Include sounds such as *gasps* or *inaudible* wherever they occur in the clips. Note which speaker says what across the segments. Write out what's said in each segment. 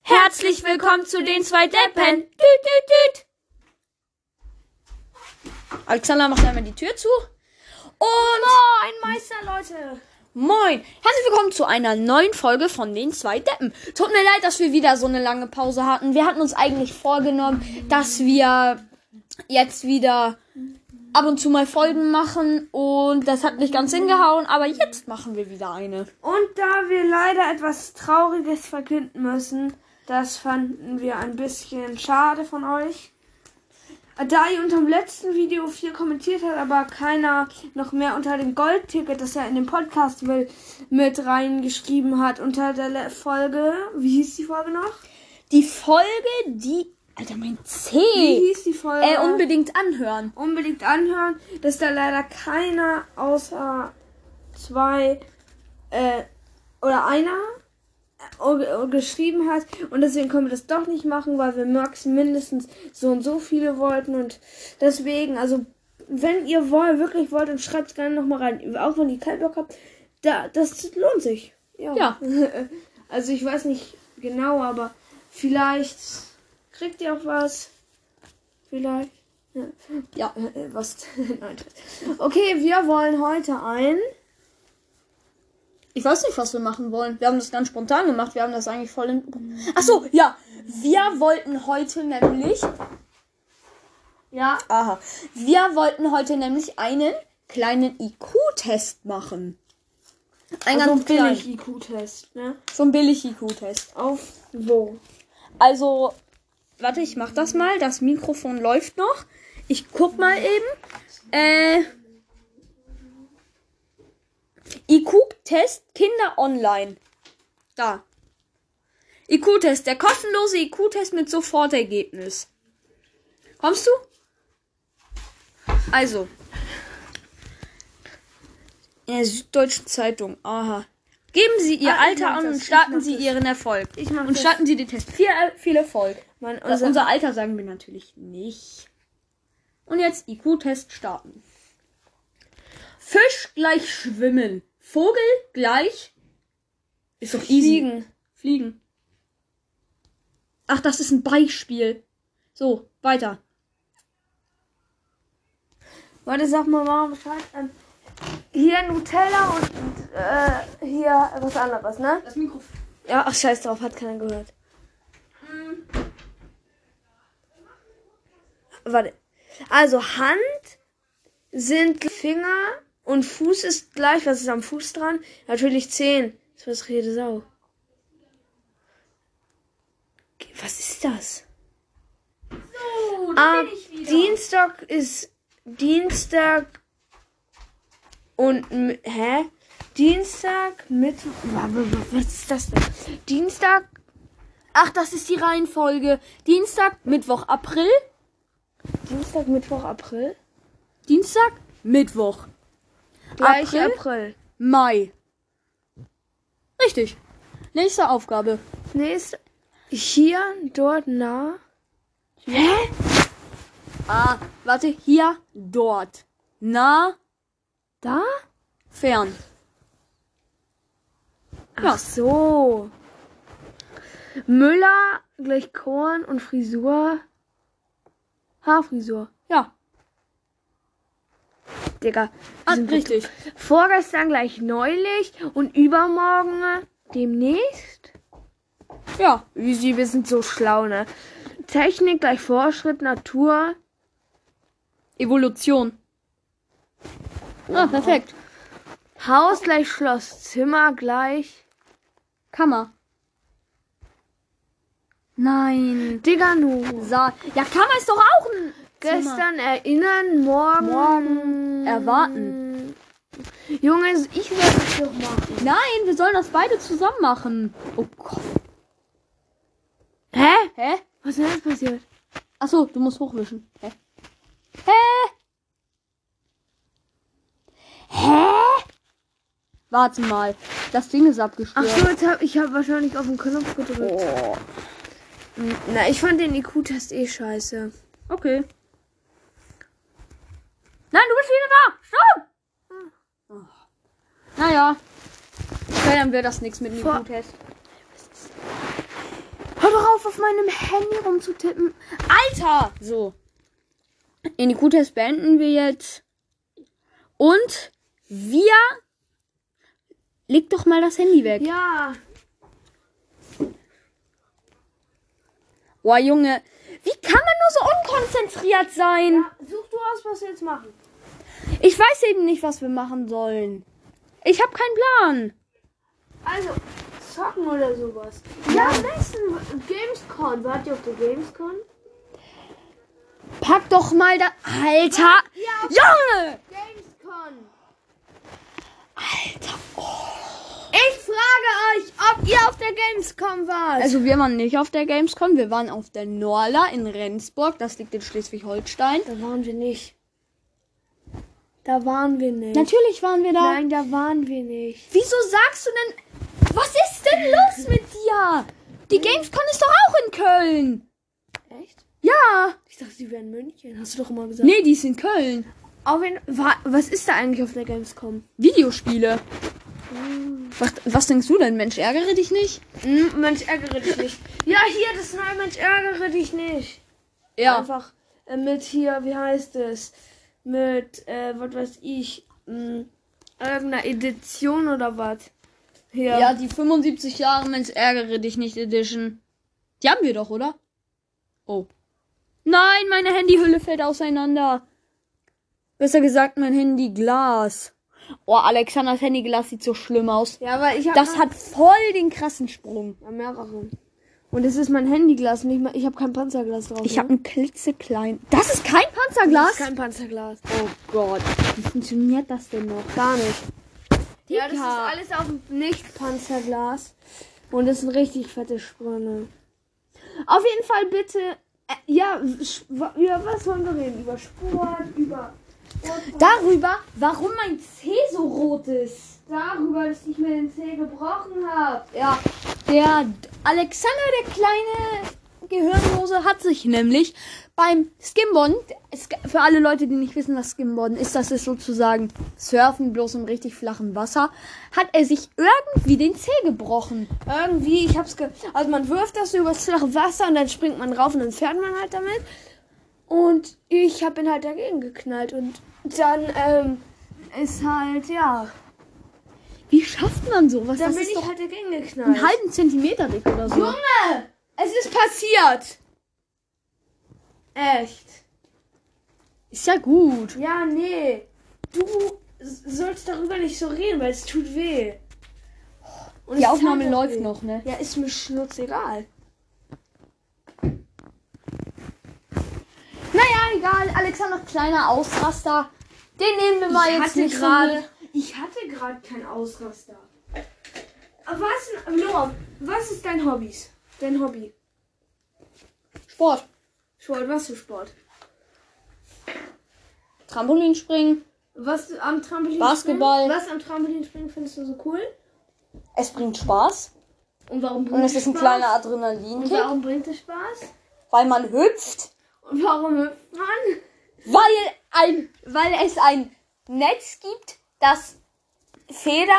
Speaker 1: Herzlich willkommen zu den zwei Deppen. Düt, düt, düt. Alexander macht einmal die Tür zu. Und
Speaker 2: Moin, Meister, Leute.
Speaker 1: moin. Herzlich willkommen zu einer neuen Folge von den zwei Deppen. Tut mir leid, dass wir wieder so eine lange Pause hatten. Wir hatten uns eigentlich vorgenommen, dass wir jetzt wieder ab und zu mal Folgen machen. Und das hat nicht ganz hingehauen. Aber jetzt machen wir wieder eine.
Speaker 2: Und da wir leider etwas Trauriges verkünden müssen, das fanden wir ein bisschen schade von euch. Da ihr unter dem letzten Video viel kommentiert hat, aber keiner noch mehr unter dem Goldticket, das er in den Podcast will, mit reingeschrieben hat, unter der Le- Folge, wie hieß die Folge noch?
Speaker 1: Die Folge, die... Alter, mein C.
Speaker 2: Wie hieß die Folge?
Speaker 1: Äh, unbedingt anhören.
Speaker 2: unbedingt anhören, dass da leider keiner außer zwei äh, oder einer äh, o- o- geschrieben hat und deswegen können wir das doch nicht machen, weil wir Max mindestens so und so viele wollten und deswegen, also wenn ihr wollt, wirklich wollt, dann schreibt es gerne nochmal rein, auch wenn ihr keinen Bock habt, da, das lohnt sich.
Speaker 1: Ja.
Speaker 2: Also ich weiß nicht genau, aber vielleicht kriegt ihr auch was. Vielleicht.
Speaker 1: Ja.
Speaker 2: Äh, Was? *laughs* Nein. Okay, wir wollen heute ein.
Speaker 1: Ich weiß nicht, was wir machen wollen. Wir haben das ganz spontan gemacht. Wir haben das eigentlich voll in. Ach so, ja. Wir wollten heute nämlich.
Speaker 2: Ja.
Speaker 1: Aha. Wir wollten heute nämlich einen kleinen IQ-Test machen. Ein
Speaker 2: Also
Speaker 1: ganz billig.
Speaker 2: billig IQ-Test, ne?
Speaker 1: So ein billig IQ-Test.
Speaker 2: Auf wo?
Speaker 1: Also, warte, ich mach das mal. Das Mikrofon läuft noch. Ich guck mal eben. Äh. IQ-Test Kinder online. Da. IQ-Test, der kostenlose IQ-Test mit Sofortergebnis. Kommst du? Also. In der Süddeutschen Zeitung. Aha. Geben Sie Ihr
Speaker 2: Ah, ich
Speaker 1: Alter
Speaker 2: mach
Speaker 1: an
Speaker 2: das,
Speaker 1: und
Speaker 2: ich
Speaker 1: starten
Speaker 2: mach
Speaker 1: Sie
Speaker 2: das.
Speaker 1: Ihren Erfolg.
Speaker 2: Ich mach
Speaker 1: und
Speaker 2: das.
Speaker 1: starten Sie den Test. Viel, äh, viel Erfolg.
Speaker 2: Mein,
Speaker 1: Das-
Speaker 2: unser,
Speaker 1: unser Alter sagen wir natürlich nicht. Und jetzt IQ-Test starten. Fisch gleich schwimmen. Vogel gleich. Ist doch easy.
Speaker 2: Fliegen.
Speaker 1: Fliegen. Ach, das ist ein Beispiel. So, weiter.
Speaker 2: Warte, sag mal mal Bescheid. Ähm, hier Nutella und, und äh, hier was anderes, ne?
Speaker 1: Das Mikrofon.
Speaker 2: Ja, ach scheiß drauf, hat keiner gehört. Hm. Warte. Also Hand sind Finger und Fuß ist gleich. Was ist am Fuß dran? Natürlich Zehen. Das weiß jede Sau. Was ist das?
Speaker 1: Oh,
Speaker 2: Ah, Dienstag ist Dienstag und M- hä? Dienstag, Mittwoch. wa- wa- wa- Was ist das denn? Dienstag,
Speaker 1: Ach, das ist die Reihenfolge. Dienstag, Mittwoch, April.
Speaker 2: Dienstag, Mittwoch, April.
Speaker 1: Dienstag, Mittwoch,
Speaker 2: Gleich
Speaker 1: April?
Speaker 2: April.
Speaker 1: Mai. Richtig. Nächste Aufgabe.
Speaker 2: Nächste. Hier, dort, nah.
Speaker 1: Hä? Ah, warte, hier, dort. Na,
Speaker 2: Da?
Speaker 1: fern. Ja.
Speaker 2: Ach so. Müller gleich Korn und Frisur. Haarfrisur.
Speaker 1: Ja,
Speaker 2: Digga.
Speaker 1: ah,
Speaker 2: sind
Speaker 1: richtig.
Speaker 2: wir- Vorgestern gleich neulich und übermorgen äh, demnächst.
Speaker 1: Ja,
Speaker 2: Easy, wir sind so schlau, ne? Technik gleich Fortschritt, Natur.
Speaker 1: Evolution. Ah, perfekt.
Speaker 2: Haus gleich Schloss, Zimmer gleich.
Speaker 1: Kammer. Nein.
Speaker 2: Digga, nu.
Speaker 1: Saal. Ja, Kammer ist doch auch ein.
Speaker 2: Gestern erinnern, morgen.
Speaker 1: Morgen erwarten.
Speaker 2: Junge, ich werde es doch machen.
Speaker 1: Nein, wir sollen das beide zusammen machen. Oh Gott.
Speaker 2: Hä?
Speaker 1: Hä?
Speaker 2: Was ist denn jetzt passiert?
Speaker 1: Achso, du musst hochwischen. Hä? Hä? Hä? Warte mal. Das Ding ist
Speaker 2: Ach
Speaker 1: abgestürzt.
Speaker 2: so, jetzt hab, ich habe wahrscheinlich auf den Knopf gedrückt.
Speaker 1: Oh.
Speaker 2: Na, ich fand den IQ-Test eh scheiße.
Speaker 1: Okay. Nein, du bist wieder da. Stopp! Oh. Naja. Okay, dann wird das nichts mit dem
Speaker 2: Vor-
Speaker 1: IQ-Test.
Speaker 2: Hab
Speaker 1: doch auf, auf meinem Handy rumzutippen. Alter! So. In die Q-Test beenden wir jetzt. Und wir. Leg doch mal das Handy weg.
Speaker 2: Ja.
Speaker 1: Boah, Junge. Wie kann man nur so unkonzentriert sein?
Speaker 2: ja. Such du aus, was wir jetzt machen.
Speaker 1: Ich weiß eben nicht, was wir machen sollen. Ich habe keinen Plan.
Speaker 2: Also, zocken oder sowas. Ja, am besten Gamescom. Wart ihr auf der Gamescom?
Speaker 1: Pack doch mal da. Alter!
Speaker 2: Ja, auf
Speaker 1: Junge!
Speaker 2: Gamescom.
Speaker 1: Alter.
Speaker 2: Ich frage euch, ob ihr auf der Gamescom wart.
Speaker 1: Also wir waren nicht auf der Gamescom, wir waren auf der Norla in Rendsburg, das liegt in Schleswig-Holstein.
Speaker 2: da waren wir nicht. Da waren wir nicht.
Speaker 1: Natürlich waren wir da.
Speaker 2: Nein, da waren wir nicht.
Speaker 1: Wieso sagst du denn... Was ist denn los mit dir? Die Gamescom ist doch auch in Köln.
Speaker 2: Echt?
Speaker 1: Ja.
Speaker 2: Ich dachte, die wären in München. Hast du doch immer gesagt.
Speaker 1: Nee, die ist in Köln.
Speaker 2: Auf jeden, wa, was ist da eigentlich auf der Gamescom?
Speaker 1: Videospiele. Was, was denkst du denn, Mensch? Ärgere dich nicht?
Speaker 2: Hm, Mensch, ärgere dich nicht. Ja, hier, das neue Mensch, ärgere dich nicht. Einfach äh, mit hier, wie heißt es? Mit, äh, was weiß ich, mh, irgendeiner Edition oder was? Hier.
Speaker 1: Ja, die 75 Jahre Mensch ärgere dich nicht Edition. Die haben wir doch, oder? Oh. Nein, meine Handyhülle fällt auseinander. Besser gesagt, mein Handyglas. Oh, Alexanders Handyglas sieht so schlimm aus.
Speaker 2: ja aber ich habe
Speaker 1: Das hat voll den krassen Sprung.
Speaker 2: ja, mehrere. Und es ist mein Handyglas, nicht mal. Ich habe kein Panzerglas drauf.
Speaker 1: Ich
Speaker 2: ne?
Speaker 1: habe ein klitzeklein. Das ist kein
Speaker 2: Das
Speaker 1: Panzerglas.
Speaker 2: ist kein Panzerglas.
Speaker 1: oh Gott. Wie funktioniert das denn noch?
Speaker 2: Gar nicht. Ja, das ist
Speaker 1: Dicker.
Speaker 2: alles auf dem Nicht-Panzerglas. Und das sind richtig fette Sprünge. Auf jeden Fall bitte. Äh, ja, sch- wa- über was wollen wir reden? Über Sport, über.
Speaker 1: Darüber, warum mein Zeh so rot ist.
Speaker 2: Darüber, dass ich mir den Zeh gebrochen habe.
Speaker 1: Ja, der D- Alexander, der kleine Gehirnlose, hat sich nämlich beim Skimboarden, es- für alle Leute, die nicht wissen, was Skimboarden ist, das ist sozusagen Surfen, bloß im richtig flachen Wasser, hat er sich irgendwie den Zeh gebrochen.
Speaker 2: Irgendwie, ich hab's ge. Also man wirft das so übers flache Wasser und dann springt man rauf und dann fährt man halt damit. Und ich hab ihn halt dagegen geknallt. Und dann, ähm, ist halt, ja.
Speaker 1: Wie schafft man sowas?
Speaker 2: Dann
Speaker 1: das
Speaker 2: bin
Speaker 1: ist
Speaker 2: ich
Speaker 1: doch
Speaker 2: halt dagegen geknallt.
Speaker 1: einen halben Zentimeter dick oder so.
Speaker 2: Junge, es ist passiert. Echt?
Speaker 1: Ist ja gut.
Speaker 2: Ja, nee. Du s- sollst darüber nicht so reden, weil es tut weh. Und
Speaker 1: Die
Speaker 2: es
Speaker 1: Aufnahme
Speaker 2: tat auch
Speaker 1: läuft
Speaker 2: weh.
Speaker 1: noch, ne?
Speaker 2: Ja, ist mir schnurzegal.
Speaker 1: Naja, egal. Alexander, kleiner Ausraster. Den nehmen wir mal jetzt nicht so mit.
Speaker 2: ich hatte gerade keinen Ausraster. Aber Was, Lore, was ist dein Hobbys? Dein Hobby?
Speaker 1: Sport.
Speaker 2: Sport, was für Sport?
Speaker 1: Trampolinspringen.
Speaker 2: Was du am Trampolin
Speaker 1: Basketball.
Speaker 2: Was am Trampolin springen findest du so cool?
Speaker 1: Es bringt Spaß.
Speaker 2: Und warum bringt
Speaker 1: Und es
Speaker 2: dir
Speaker 1: ist ein
Speaker 2: Spaß?
Speaker 1: kleiner
Speaker 2: Und
Speaker 1: Adrenalinkick,
Speaker 2: warum bringt es Spaß?
Speaker 1: weil man hüpft,
Speaker 2: Und warum hüpft man?
Speaker 1: weil, ein, weil es ein Netz gibt, das Federn,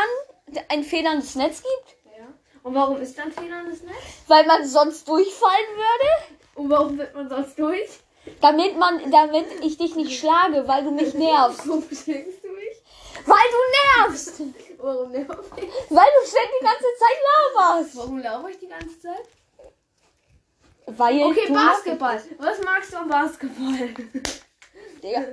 Speaker 1: ein federndes Netz gibt,
Speaker 2: Ja. Und warum ist dann Federn das Netz?
Speaker 1: weil man sonst durchfallen würde,
Speaker 2: Und warum wird man sonst durch?
Speaker 1: damit man, damit ich dich nicht schlage, weil du mich nervst.
Speaker 2: Warum schlägst du mich?
Speaker 1: Weil du nervst!
Speaker 2: Warum nerv ich?
Speaker 1: Weil du ständig die ganze Zeit laberst!
Speaker 2: Warum laufe ich die ganze Zeit?
Speaker 1: Weil
Speaker 2: Okay,
Speaker 1: du
Speaker 2: Basketball. Was magst du am Basketball?
Speaker 1: Digga.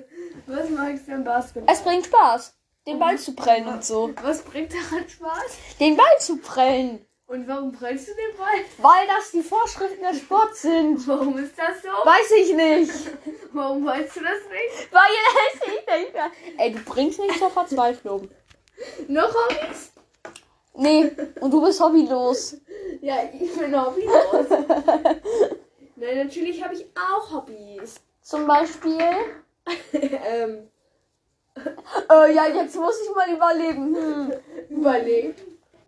Speaker 2: Was magst du am Basketball?
Speaker 1: Es bringt Spaß, den Ball zu prellen und so.
Speaker 2: Was bringt daran Spaß?
Speaker 1: Den Ball zu prellen,
Speaker 2: Und warum prellst du den Ball?
Speaker 1: weil das die Vorschriften des Sports sind.
Speaker 2: Warum ist das so?
Speaker 1: Weiß ich nicht.
Speaker 2: Warum weißt du das nicht?
Speaker 1: Weil es ich denke. Ey, du bringst mich zur Verzweiflung.
Speaker 2: Noch Hobbys?
Speaker 1: Nee, und du bist hobbylos.
Speaker 2: Ja, ich bin hobbylos.
Speaker 1: *laughs*
Speaker 2: Nein, natürlich habe ich auch Hobbys.
Speaker 1: Zum Beispiel.
Speaker 2: ähm,
Speaker 1: Äh, ja, jetzt muss ich mal überlegen. Hm.
Speaker 2: überlegt.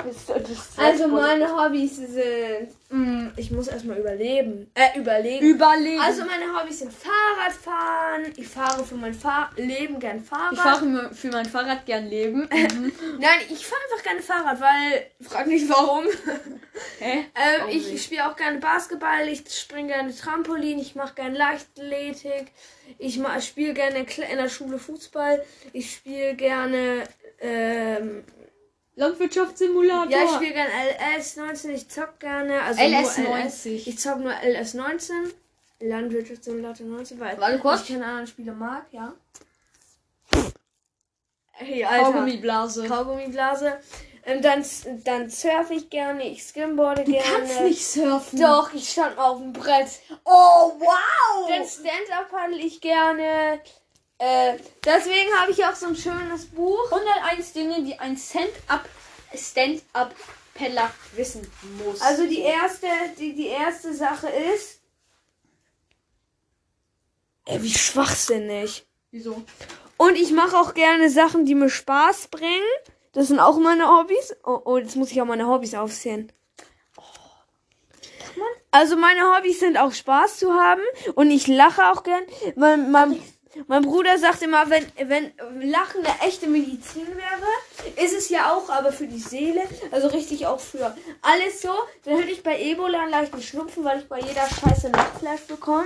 Speaker 1: Das, das
Speaker 2: Also meine Hobbys sind. Mm, ich muss erstmal überleben. Äh, überlegen.
Speaker 1: Überlegen.
Speaker 2: also meine Hobbys sind Fahrradfahren. Ich fahre für mein Fahr Leben gern Fahrrad.
Speaker 1: ich fahre mir für mein Fahrrad gern Leben.
Speaker 2: Nein, ich fahre einfach gerne Fahrrad, weil. Frag nicht warum.
Speaker 1: *laughs* Hä?
Speaker 2: Ähm,
Speaker 1: Warum
Speaker 2: ich
Speaker 1: nicht?
Speaker 2: spiele auch gerne Basketball, ich springe gerne Trampolin, ich mache gerne Leichtathletik, ich spiele gerne in Kle- in der Schule Fußball, ich spiele gerne, ähm,
Speaker 1: Landwirtschaftssimulator.
Speaker 2: ja, ich spiele gerne LS19, ich zock gerne, also nur LS.
Speaker 1: LS90.
Speaker 2: Ich zock nur LS19, Landwirtschaftssimulator 19, weil
Speaker 1: Warte kurz.
Speaker 2: ich keine anderen Spiele mag, ja. Hey,
Speaker 1: Kaugummiblase.
Speaker 2: Kaugummiblase. Ähm, dann, dann surf ich gerne, ich skimboarde
Speaker 1: Du
Speaker 2: gerne.
Speaker 1: kannst nicht surfen.
Speaker 2: Doch, ich stand mal auf dem Brett.
Speaker 1: Oh,
Speaker 2: Denn
Speaker 1: wow.
Speaker 2: Stand-up handle ich gerne. Äh, deswegen habe ich auch so ein schönes Buch.
Speaker 1: 101 Dinge, die ein Stand-up Stand-up-Peller wissen muss.
Speaker 2: Also die erste, die, die erste Sache ist. Ey, wie schwachsinnig.
Speaker 1: Wieso?
Speaker 2: Und ich mache auch gerne Sachen, die mir Spaß bringen. Das sind auch meine Hobbys. Oh, oh jetzt muss ich auch meine Hobbys aufzählen. Also meine Hobbys sind auch Spaß zu haben und ich lache auch gern. Mein, mein, mein Bruder sagt immer, wenn, wenn Lachen eine echte Medizin wäre, ist es ja auch, aber für die Seele, also richtig auch für alles so. Dann hätte ich bei Ebola einen leichten Schnupfen, weil ich bei jeder Scheiße Lachflash bekomme.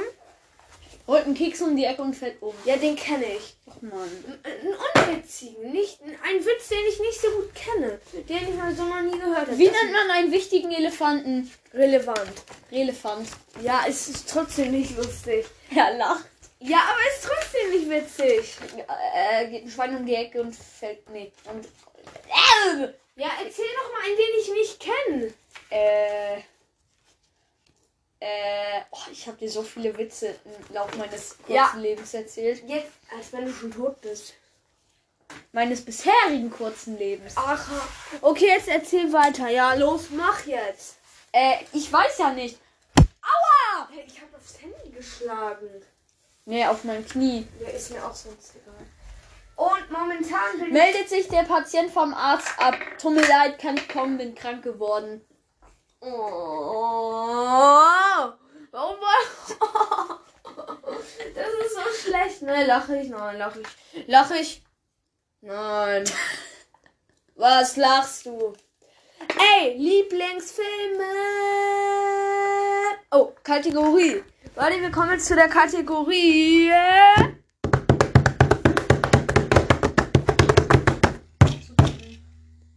Speaker 1: Holt einen Keks um die Ecke und fällt um.
Speaker 2: Ja, den kenne ich.
Speaker 1: Och Mann.
Speaker 2: Ein unwitzigen, nicht ein Witz, den ich nicht so gut kenne, den ich mal so noch nie gehört habe.
Speaker 1: Wie nennt man einen wichtigen Elefanten?
Speaker 2: relevant?
Speaker 1: Relefant.
Speaker 2: Ja, es ist trotzdem nicht lustig.
Speaker 1: Er lacht.
Speaker 2: Ja, aber es ist trotzdem nicht witzig.
Speaker 1: Äh, geht ein Schwein um die Ecke und fällt. Nee. Und.
Speaker 2: Ja, erzähl doch mal einen, den ich nicht kenne.
Speaker 1: Äh. Äh. Oh, ich habe dir so viele Witze im Laufe meines kurzen
Speaker 2: Ja.
Speaker 1: Lebens erzählt.
Speaker 2: Jetzt, als wenn du schon tot bist.
Speaker 1: Meines bisherigen kurzen Lebens.
Speaker 2: Ach, okay, jetzt erzähl weiter. Ja, los, mach jetzt. Ah,
Speaker 1: Äh, ich weiß ja nicht. Aua!
Speaker 2: Ich hab aufs Handy geschlagen.
Speaker 1: Nee, auf mein Knie.
Speaker 2: Ja, ist mir auch sonst egal. Und momentan bin
Speaker 1: Meldet sich der Patient vom Arzt ab. Tut mir leid, kann ich kommen, bin krank geworden.
Speaker 2: Oh, warum war Das ist so schlecht. Nein, lache ne? ich, nein, lache ich. Lache ich? Nein. *laughs* Was lachst du? Ey, Lieblingsfilme. Oh, Kategorie. Warte, wir kommen jetzt zu der Kategorie.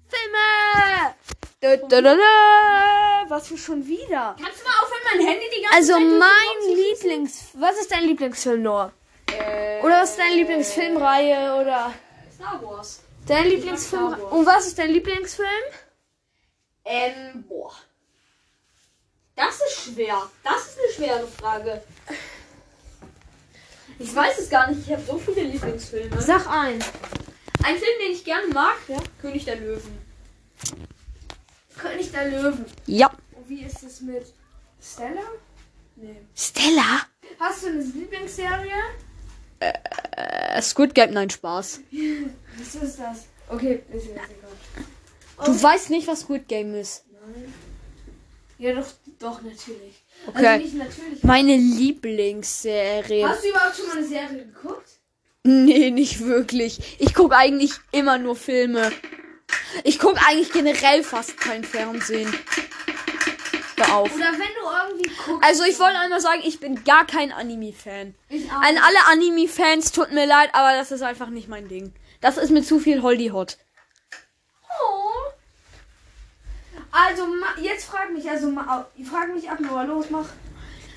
Speaker 2: Filme. Da, da, da, da. Was für schon wieder?
Speaker 1: Kannst du mal aufhören, mein Handy die ganze
Speaker 2: Also
Speaker 1: Zeit...
Speaker 2: mein Lieblings... Was ist dein Lieblingsfilm, Noah?
Speaker 1: Äh,
Speaker 2: Oder was ist deine Lieblingsfilmreihe? Oder
Speaker 1: Star Wars.
Speaker 2: dein Lieblingsfilm...
Speaker 1: Star Wars.
Speaker 2: Und was ist dein Lieblingsfilm?
Speaker 1: Ähm, boah. Das ist schwer. Das ist eine schwere Frage. Ich weiß es gar nicht. Ich habe so viele Lieblingsfilme.
Speaker 2: Sag ein.
Speaker 1: Ein Film, den ich gerne mag, König der Löwen.
Speaker 2: König der Löwen.
Speaker 1: Ja.
Speaker 2: Und wie ist es mit Stella? Nee.
Speaker 1: Stella?
Speaker 2: Hast du eine Lieblingsserie?
Speaker 1: Äh, Squid Game, nein, Spaß.
Speaker 2: Was ist das? Okay, ist mir jetzt egal.
Speaker 1: Du weißt nicht, was Squid Game ist.
Speaker 2: Nein. Ja, doch, doch, natürlich.
Speaker 1: Okay.
Speaker 2: Also nicht natürlich.
Speaker 1: Meine Lieblingsserie.
Speaker 2: Hast du überhaupt schon mal eine Serie geguckt?
Speaker 1: Nee, nicht wirklich. Ich gucke eigentlich immer nur Filme. Ich gucke eigentlich generell fast kein Fernsehen. Hör auf.
Speaker 2: Oder wenn du irgendwie guckst.
Speaker 1: Also ich wollte einmal sagen, ich bin gar kein Anime-Fan.
Speaker 2: Ich
Speaker 1: An alle Anime-Fans tut mir leid, aber das ist einfach nicht mein Ding. Das ist mir zu viel Holdy Hot.
Speaker 2: Oh. Also, ma- jetzt frag mich, also, ma- frag mich ab, Noah, los, mach.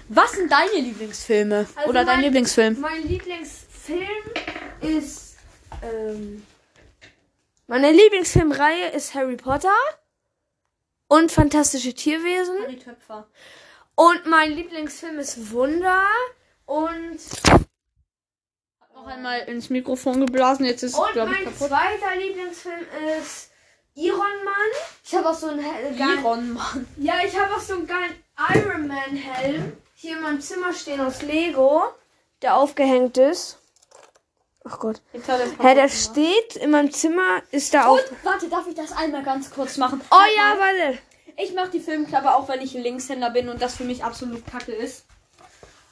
Speaker 1: Was sind deine Lieblingsfilme?
Speaker 2: Also
Speaker 1: Oder dein
Speaker 2: mein-
Speaker 1: Lieblingsfilm?
Speaker 2: Mein Lieblingsfilm ist. Ähm, meine Lieblingsfilmreihe ist Harry Potter und Fantastische Tierwesen.
Speaker 1: Harry Töpfer.
Speaker 2: Und mein Lieblingsfilm ist Wunder und,
Speaker 1: Noch einmal ins Mikrofon geblasen, jetzt ist es,
Speaker 2: und
Speaker 1: glaube ich,
Speaker 2: mein
Speaker 1: kaputt.
Speaker 2: zweiter Lieblingsfilm ist Iron Man. Ich habe auch so einen äh, geilen.
Speaker 1: Iron Mann.
Speaker 2: Ja, ich habe auch so einen geilen Iron Man Helm hier in meinem Zimmer stehen aus Lego, der aufgehängt ist. Ach Gott.
Speaker 3: Jetzt hat er es
Speaker 2: Hä,
Speaker 3: kaputt
Speaker 2: der
Speaker 3: gemacht.
Speaker 2: steht in meinem Zimmer, ist da auch.
Speaker 1: Und, warte, darf ich das einmal ganz kurz machen?
Speaker 2: Oh ja, warte.
Speaker 1: Ich mache die Filmklappe auch, weil ich ein Linkshänder bin und das für mich absolut kacke ist.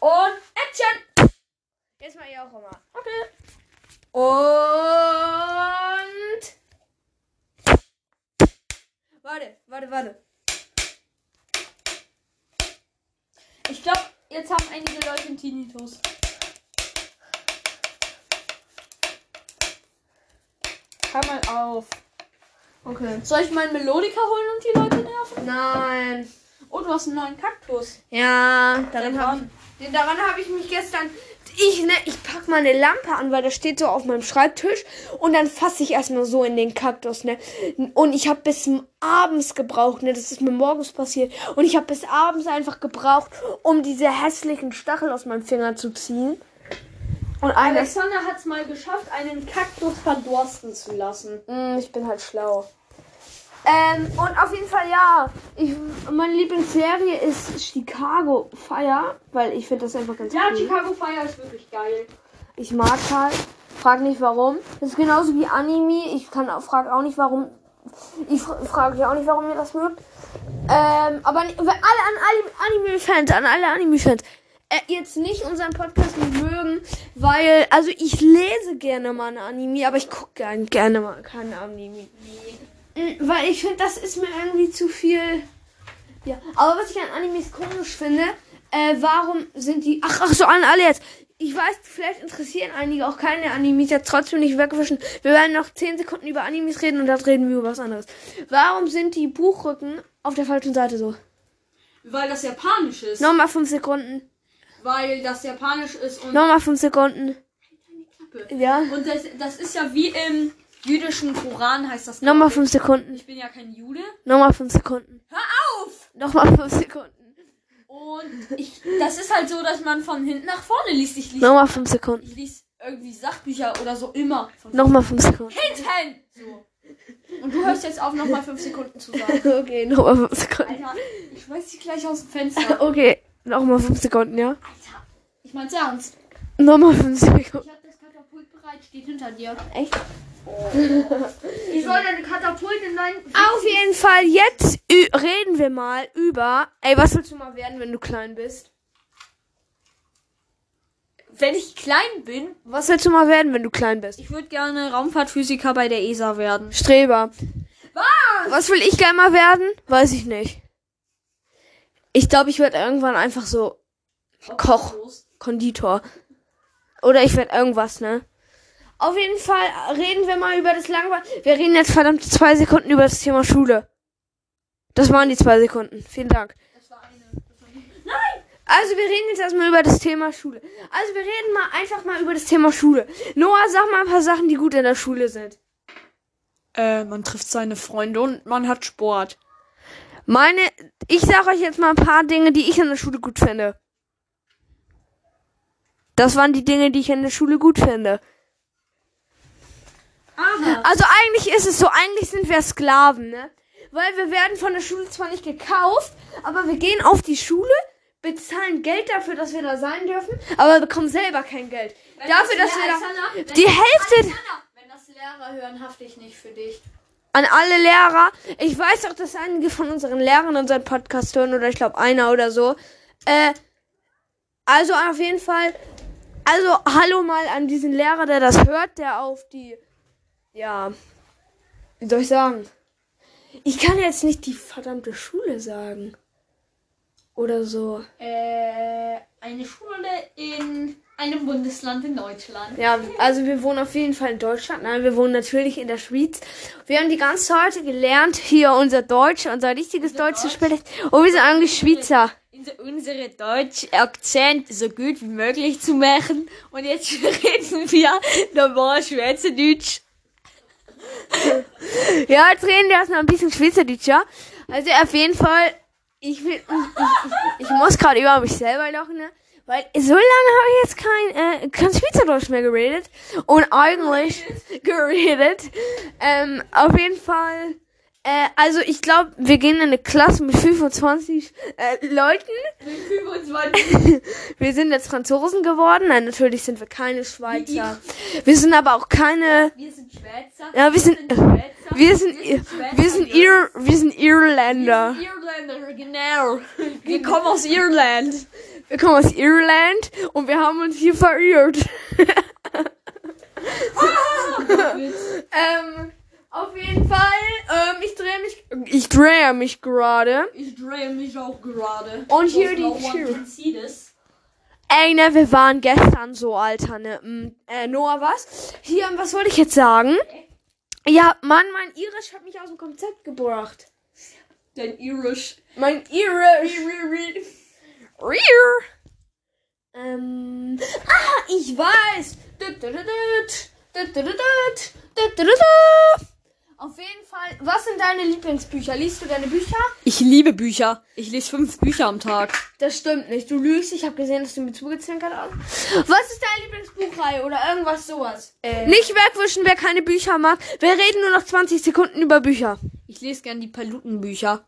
Speaker 1: Und Action!
Speaker 2: Jetzt mal hier auch immer.
Speaker 1: Und.
Speaker 2: Warte, warte, warte.
Speaker 1: Ich glaube, jetzt haben einige Leute einen Tinnitus.
Speaker 3: Hör mal auf.
Speaker 2: Okay.
Speaker 1: Soll ich meinen Melodika holen und die Leute nerven?
Speaker 2: Nein.
Speaker 1: Oh, du hast einen neuen Kaktus.
Speaker 2: Ja, daran
Speaker 1: Denk
Speaker 2: habe
Speaker 1: dran.
Speaker 2: ich, den- daran hab ich mich gestern. Ich, ne, ich pack meine Lampe an, weil das steht so auf meinem Schreibtisch. Und dann fasse ich erstmal so in den Kaktus, ne? Und ich habe bis m- abends gebraucht, ne? Das ist mir morgens passiert. Und ich habe bis abends einfach gebraucht, um diese hässlichen Stachel aus meinem Finger zu ziehen. Und eines.
Speaker 1: Alexander hat es mal geschafft, einen Kaktus verdursten zu lassen.
Speaker 2: Mm, ich bin halt schlau. Ähm, und auf jeden Fall ja. Ich, meine Lieblingsserie ist Chicago Fire, weil ich finde das einfach ganz
Speaker 1: Ja,
Speaker 2: cool.
Speaker 1: Chicago Fire ist wirklich geil.
Speaker 2: Ich mag halt. Frag nicht warum. Das ist genauso wie Anime. Ich kann auch, frag auch nicht warum. Ich fra- frage euch auch nicht, warum ihr das mögt. Ähm, aber ni- weil alle an alle Anime-Fans, an alle Anime-Fans, äh, jetzt nicht unseren Podcast nicht mögen, weil, also ich lese gerne mal ein Anime, aber ich gucke gern, gerne mal kein Anime. Mm, Weil ich finde, das ist mir irgendwie zu viel. Ja, aber was ich an Animes komisch finde, äh, warum sind die. Ach, ach so, an alle jetzt. Ich weiß, vielleicht interessieren einige auch keine Animes, jetzt trotzdem nicht wegwischen. Wir werden noch 10 Sekunden über Animes reden und dann reden wir über was anderes. Warum sind die Buchrücken auf der falschen Seite so?
Speaker 1: Weil das japanisch ist.
Speaker 2: Nochmal 5 Sekunden.
Speaker 1: Weil das japanisch ist und.
Speaker 2: Nochmal 5 Sekunden. Ja.
Speaker 1: Und das, das ist ja wie im jüdischen Koran heißt das.
Speaker 2: Nochmal
Speaker 1: glaub ich.
Speaker 2: 5 Sekunden.
Speaker 1: Ich bin ja kein Jude.
Speaker 2: Nochmal 5 Sekunden. Hör auf! Nochmal 5 Sekunden.
Speaker 1: Und ich, das ist halt so, dass man von hinten nach vorne liest. Ich liest,
Speaker 2: Nochmal 5 Sekunden.
Speaker 1: ich lies irgendwie Sachbücher oder so immer von
Speaker 2: Nochmal 5 Sekunden. *laughs*
Speaker 1: hinten. So. Und du hörst jetzt auf, nochmal fünf Sekunden zu sagen.
Speaker 2: Okay, nochmal 5 Sekunden. *laughs*
Speaker 1: Alter, ich weiß dich gleich aus dem Fenster.
Speaker 2: Okay, nochmal 5 Sekunden, ja?
Speaker 1: Alter, ich mein's ernst.
Speaker 2: Nochmal 5 Sekunden.
Speaker 1: Ich hab das Katapult bereit, steht hinter dir.
Speaker 2: Echt?
Speaker 1: Ich soll deine Katapult in deinen...
Speaker 2: Auf jeden Fall, jetzt ü- reden wir mal über. Ey, was willst du mal werden, wenn du klein bist?
Speaker 1: Wenn ich klein bin,
Speaker 2: Was willst du mal werden, wenn du klein bist?
Speaker 1: ich würde gerne Raumfahrtphysiker bei der ESA werden.
Speaker 2: Streber. Was? Was will ich gerne mal werden? Weiß ich nicht. Ich glaube, ich werde irgendwann einfach so Koch. Konditor. Oder ich werde irgendwas, ne? Auf jeden Fall reden wir mal über das Langweil. Wir reden jetzt verdammt zwei Sekunden über das Thema Schule. Das waren die zwei Sekunden. Vielen Dank. Also wir reden jetzt erstmal über das Thema Schule. Also wir reden mal einfach mal über das Thema Schule. Noah, sag mal ein paar Sachen, die gut in der Schule sind.
Speaker 3: Äh, man trifft seine Freunde und man hat Sport.
Speaker 2: Meine, ich sag euch jetzt mal ein paar Dinge, die ich an der Schule gut finde. Das waren die Dinge, die ich an der Schule gut finde.
Speaker 1: Aber...
Speaker 2: Also eigentlich ist es so, eigentlich sind wir Sklaven, ne? Weil wir werden von der Schule zwar nicht gekauft, aber wir gehen auf die Schule, bezahlen Geld dafür, dass wir da sein dürfen, aber bekommen selber kein Geld. dafür, dass wir da...
Speaker 1: wir
Speaker 2: Die Hälfte
Speaker 1: Wenn das Lehrer hören, hafte ich nicht für dich.
Speaker 2: an alle Lehrer. Ich weiß auch, dass einige von unseren Lehrern unseren Podcast hören oder ich glaube einer oder so. Äh, also auf jeden Fall, also hallo mal an diesen Lehrer, der das hört, der auf die, ja, wie soll ich sagen? Ich kann jetzt nicht die verdammte Schule sagen. Oder so.
Speaker 1: Äh, eine Schule in einem Bundesland in Deutschland.
Speaker 2: Ja, also wir wohnen auf jeden Fall in Deutschland. Nein, wir wohnen natürlich in der Schweiz. Wir haben die ganze heute gelernt, hier unser Deutsch, unser richtiges Deutsch zu sprechen. Und wir sind eigentlich Schweizer.
Speaker 3: Unsere Deutsch-Akzent so gut wie möglich zu machen. Und jetzt *laughs* reden wir normal Schweizerdeutsch.
Speaker 2: Ja, jetzt reden wir erstmal ein bisschen Schweizerdeutsch, ja? Also auf jeden Fall, ich will, ich, ich, ich muss gerade über mich selber lachen, ne? Weil so lange habe ich jetzt kein, äh, kein Schweizerdeutsch mehr geredet. Und eigentlich geredet. Ähm, auf jeden Fall, Äh, also ich glaube, wir gehen in eine Klasse mit 25 äh, Leuten. Wir sind jetzt Franzosen geworden. Nein, natürlich sind wir keine Schweizer. Wir sind aber auch keine.
Speaker 1: Wir sind Schweizer.
Speaker 2: Ja, wir sind.
Speaker 1: Schweizer.
Speaker 2: Wir sind. Wir sind, Ir, wir sind Irländer.
Speaker 1: Irländer, genau. Wir kommen aus Irland.
Speaker 2: Wir kommen aus Irland und wir haben uns hier verirrt. ähm, auf jeden Fall, ähm, ich drehe mich. Ich drehe mich gerade.
Speaker 1: Ich drehe mich auch gerade.
Speaker 2: Und hier die Tür. Ey, ne, wir waren gestern so, Alter, ne? Mm, Äh, Noah, was? Hier, was wollte ich jetzt sagen? Ja, Mann, mein Irisch hat mich aus dem Konzept gebracht.
Speaker 1: Dein Irisch.
Speaker 2: Mein Irisch. Rear. Ähm. Ah, ich weiß. Dut, dut, dut, dut, dut, dut, dut, dut, dut, dut. Auf jeden Fall, was sind deine Lieblingsbücher? Liest du deine Bücher?
Speaker 1: Ich liebe Bücher. Ich lese fünf Bücher am Tag.
Speaker 2: Das stimmt nicht. Du lügst. Ich habe gesehen, dass du mir zugezwinkert hast. Was ist deine Lieblingsbuchreihe oder irgendwas sowas? Nicht wegwischen, wer keine Bücher mag. Wir reden nur noch 20 Sekunden über Bücher.
Speaker 1: Ich lese gern die Palutenbücher.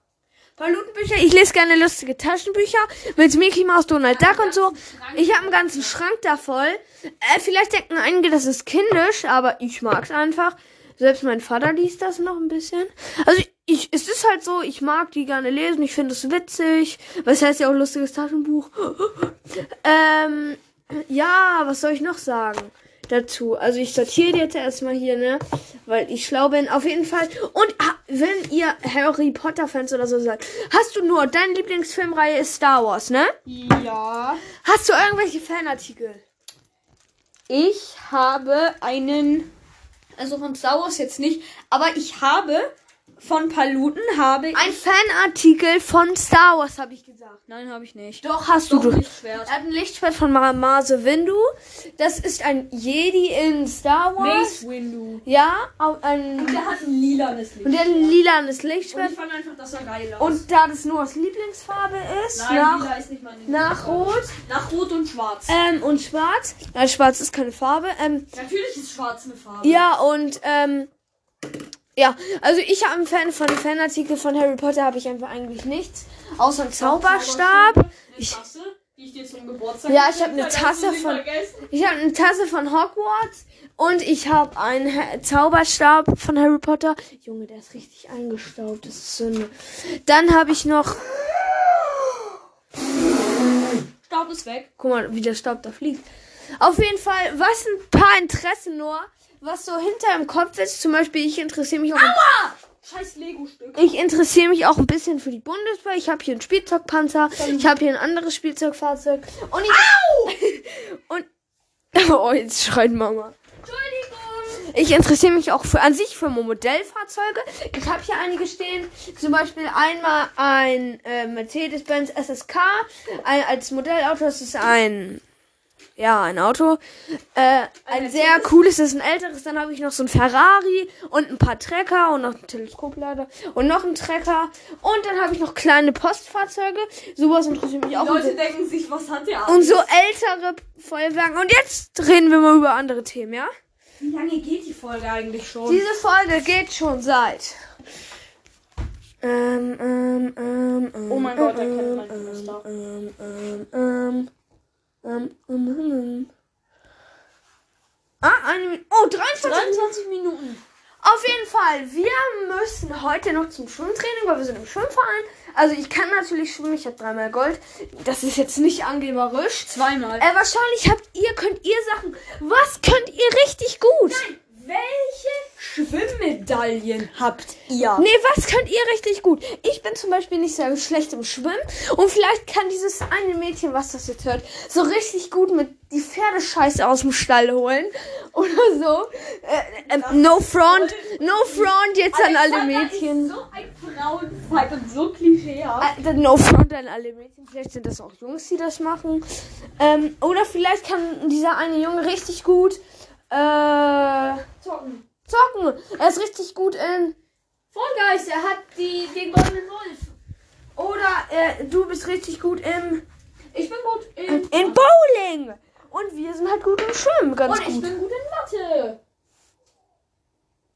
Speaker 2: Palutenbücher. Ich lese gerne lustige Taschenbücher mit Mickey Mouse, Donald Duck und so. Ich habe einen ganzen Schrank da voll. Äh, vielleicht denken einige, das ist kindisch, aber ich mag's einfach. Selbst mein Vater liest das noch ein bisschen. Also ich, ich es ist halt so, ich mag die gerne lesen, ich finde es witzig. Was heißt ja auch lustiges Taschenbuch. *gasps* ähm, ja, was soll ich noch sagen dazu? Also ich sortiere die jetzt erstmal hier, ne? Weil ich schlau bin. Auf jeden Fall. Und ah, wenn ihr Harry Potter Fans oder so seid, hast du nur, deine Lieblingsfilmreihe ist Star Wars, ne?
Speaker 1: Ja.
Speaker 2: Hast du irgendwelche Fanartikel?
Speaker 1: Ich habe einen, also von Star Wars jetzt nicht, aber ich habe von Paluten habe ich.
Speaker 2: Ein Fanartikel von Star Wars, habe ich gesagt.
Speaker 1: Nein, habe ich nicht.
Speaker 2: Doch, hast du.
Speaker 1: Doch,
Speaker 2: du-
Speaker 1: Lichtschwert.
Speaker 2: Er hat ein Lichtschwert von Mase Windu. Das ist ein Jedi in Star Wars.
Speaker 1: Mace Windu.
Speaker 2: Ja, au- ein.
Speaker 1: Der hat ein lilanes Licht.
Speaker 2: Und der hat ein lilanes
Speaker 1: Und
Speaker 2: Lichtschwert.
Speaker 1: ich fand einfach, dass er geil aus.
Speaker 2: Und da das Noahs Lieblingsfarbe ist,
Speaker 1: Nein,
Speaker 2: nach,
Speaker 1: lila ist nicht meine
Speaker 2: nach Rot
Speaker 1: Nach Rot und Schwarz.
Speaker 2: ähm, und Schwarz. Nein, Schwarz ist keine Farbe. Ähm,
Speaker 1: Natürlich ist Schwarz eine Farbe.
Speaker 2: Ja, und ähm, ja, also ich habe einen Fan von dem Fanartikel von Harry Potter habe ich einfach eigentlich nichts. Außer einen Zauberstab.
Speaker 1: Eine Tasse, die ich dir zum Geburtstag
Speaker 2: Ja, ich hab eine
Speaker 1: geschenkt habe,
Speaker 2: Tasse
Speaker 1: hast du sie
Speaker 2: von-
Speaker 1: vergessen?
Speaker 2: Ich habe eine Tasse von Hogwarts und ich habe einen Ha- Zauberstab von Harry Potter. Junge, der ist richtig eingestaubt, das ist Sünde. Dann habe ich noch,
Speaker 1: Stab ist weg.
Speaker 2: guck mal, wie der Staub da fliegt. Auf jeden Fall, was ein paar Interessen nur, was so hinter im Kopf ist. Zum Beispiel, ich interessiere mich auch
Speaker 1: Scheiß Lego-Stück.
Speaker 2: Ich interessiere mich auch ein bisschen für die Bundeswehr. Ich habe hier einen Spielzeugpanzer. Ich habe hier ein anderes Spielzeugfahrzeug. Und ich. Au! *laughs* Und. Oh, jetzt schreit Mama. Entschuldigung. Ich interessiere mich auch für, an sich für Modellfahrzeuge. Ich habe hier einige stehen. Zum Beispiel einmal ein äh, Mercedes-Benz SSK. Ein, als Modellauto. Das ist ein. Ja, ein Auto. Äh, ein sehr cooles, das ist ein älteres. Dann habe ich noch so ein Ferrari und ein paar Trecker und noch einen Teleskoplader und noch einen Trecker. Und dann habe ich noch kleine Postfahrzeuge. Sowas interessiert mich auch. Und
Speaker 1: Leute
Speaker 2: so,
Speaker 1: denken sich, was hat der
Speaker 2: und so ältere Feuerwerke. Und jetzt reden wir mal über andere Themen, ja?
Speaker 1: Wie lange geht die Folge eigentlich schon?
Speaker 2: Diese Folge geht schon seit. Ähm, ähm, ähm, ähm,
Speaker 1: Oh mein Gott, da
Speaker 2: ähm,
Speaker 1: könnte man
Speaker 2: ähm,
Speaker 1: Fenster.
Speaker 2: ähm, ähm, ähm, ähm, ähm, ähm. Ah, eine Minute. Oh, 23
Speaker 1: 23 Minuten.
Speaker 2: Auf jeden Fall, wir müssen heute noch zum Schwimmtraining, weil wir sind im Schwimmverein. Also ich kann natürlich schwimmen, ich habe dreimal Gold. Das ist jetzt nicht angeberisch.
Speaker 1: Zweimal.
Speaker 2: Äh, wahrscheinlich habt ihr, könnt ihr Sachen. Was könnt ihr richtig gut?
Speaker 1: Welche Schwimmmedaillen habt ihr?
Speaker 2: Nee, was könnt ihr richtig gut? Ich bin zum Beispiel nicht so schlecht im Schwimmen. Und vielleicht kann dieses eine Mädchen, was das jetzt hört, so richtig gut mit die Pferdescheiße aus dem Stall holen. *laughs* Oder so. Äh, äh, no front, no front jetzt an alle
Speaker 1: Alexander
Speaker 2: Mädchen.
Speaker 1: Ist so ein Frauenfeind und so klischeehaft.
Speaker 2: Äh, dann No Front an alle Mädchen. Vielleicht sind das auch Jungs, die das machen. Ähm, oder vielleicht kann dieser eine Junge richtig gut äh,
Speaker 1: Zocken.
Speaker 2: zocken. Er ist richtig gut in.
Speaker 1: Fall Guys, er hat die, den goldenen Wolf.
Speaker 2: Oder äh, du bist richtig gut im.
Speaker 1: Ich bin gut in.
Speaker 2: In Bowling! Und wir sind halt gut im Schwimmen, ganz
Speaker 1: und ich
Speaker 2: gut.
Speaker 1: bin gut in Mathe.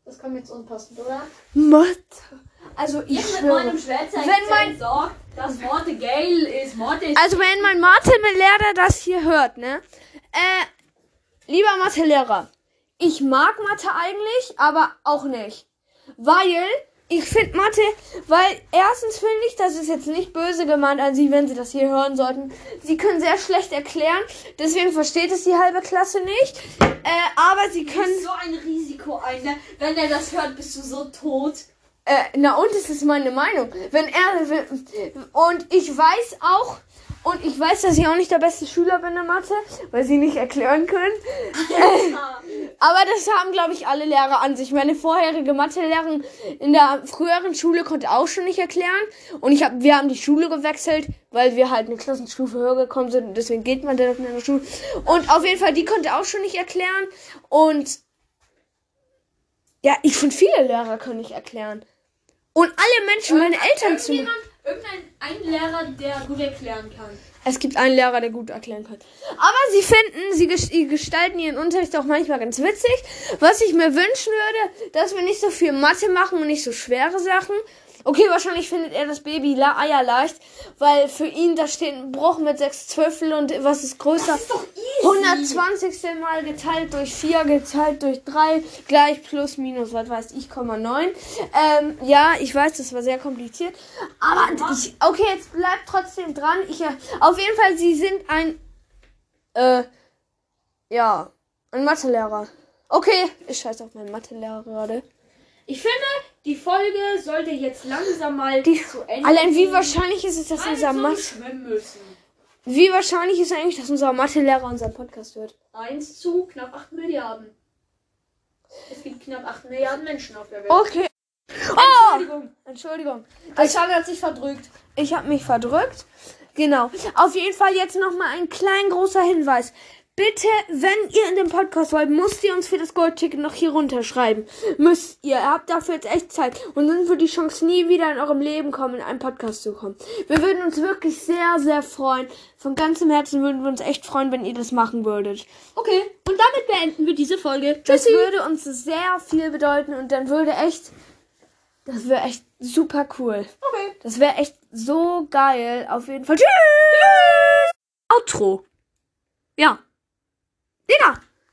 Speaker 1: Das kam jetzt unpassend, oder?
Speaker 2: Mathe.
Speaker 1: Also ihr mit
Speaker 2: schwöre.
Speaker 1: meinem Schwätzer
Speaker 2: Wenn mein-
Speaker 1: sagt, dass Morte geil ist. Morte ist
Speaker 2: Also wenn mein Mathelehrer das hier hört, ne? Äh, lieber Mathelehrer, ich mag Mathe eigentlich, aber auch nicht. Weil ich finde Mathe, weil erstens finde ich, das ist jetzt nicht böse gemeint an Sie, wenn Sie das hier hören sollten. Sie können sehr schlecht erklären, deswegen versteht es die halbe Klasse nicht. Äh, aber Sie können...
Speaker 1: so ein Risiko ein. Ne? Wenn er das hört, bist du so tot.
Speaker 2: Äh, na und es ist meine Meinung. Wenn er wenn, und ich weiß auch und ich weiß, dass ich auch nicht der beste Schüler bin in Mathe, weil sie nicht erklären können. Aber das haben glaube ich alle Lehrer an sich. Meine vorherige Mathelehrerin in der früheren Schule konnte auch schon nicht erklären und ich habe wir haben die Schule gewechselt, weil wir halt eine Klassenstufe höher gekommen sind und deswegen geht man dann auf eine andere Schule. Und auf jeden Fall die konnte auch schon nicht erklären und ja, ich finde viele Lehrer können nicht erklären. Und alle Menschen, meine Eltern zum
Speaker 1: Ah. Irgendjemand, irgendein ein Lehrer, der gut erklären kann.
Speaker 2: Es gibt einen Lehrer, der gut erklären kann. Aber sie finden, sie ges- sie gestalten ihren Unterricht auch manchmal ganz witzig. Was ich mir wünschen würde, dass wir nicht so viel Mathe machen und nicht so schwere Sachen. Okay, wahrscheinlich findet er das Baby la Eier leicht, weil für ihn da steht ein Bruch mit sechs Zwölfel und was ist größer? 120. Mal geteilt durch 4, geteilt durch 3, gleich plus minus, was weiß ich, 0,9. Ähm, ja, ich weiß, das war sehr kompliziert. Aber ich, okay, jetzt bleibt trotzdem dran. Ich, äh, auf jeden Fall, sie sind ein, äh, ja, ein Mathelehrer. Okay, ich scheiße auf meinen Mathelehrer gerade.
Speaker 1: Ich finde, die Folge sollte jetzt langsam mal
Speaker 2: Die-
Speaker 1: zu Ende
Speaker 2: Allein wie
Speaker 1: gehen.
Speaker 2: wahrscheinlich ist es, dass
Speaker 1: Alle
Speaker 2: unser
Speaker 1: zum
Speaker 2: Mathe,
Speaker 1: Schwimmen müssen.
Speaker 2: wie wahrscheinlich ist eigentlich, dass unser Mathelehrer unseren Podcast hört?
Speaker 1: 1 zu knapp 8 Milliarden. Es gibt knapp 8 Milliarden Menschen auf der Welt.
Speaker 2: Okay. Oh!
Speaker 1: Entschuldigung.
Speaker 2: Entschuldigung.
Speaker 1: Alexander hat sich verdrückt.
Speaker 2: Ich habe mich verdrückt. Genau. Auf jeden Fall jetzt nochmal ein klein großer Hinweis. Bitte, wenn ihr in den Podcast wollt, müsst ihr uns für das Goldticket noch hier runterschreiben. Müsst ihr. Ihr habt dafür jetzt echt Zeit. Und sonst wird die Chance nie wieder in eurem Leben kommen, in einen Podcast zu kommen. Wir würden uns wirklich sehr, sehr freuen. Von ganzem Herzen würden wir uns echt freuen, wenn ihr das machen würdet.
Speaker 1: Okay, und damit beenden wir diese Folge.
Speaker 2: Das würde uns sehr viel bedeuten und dann würde echt, das wäre echt super cool.
Speaker 1: Okay.
Speaker 2: Das wäre echt so geil. Auf jeden Fall. Tschüss! Outro. Ja. Digga!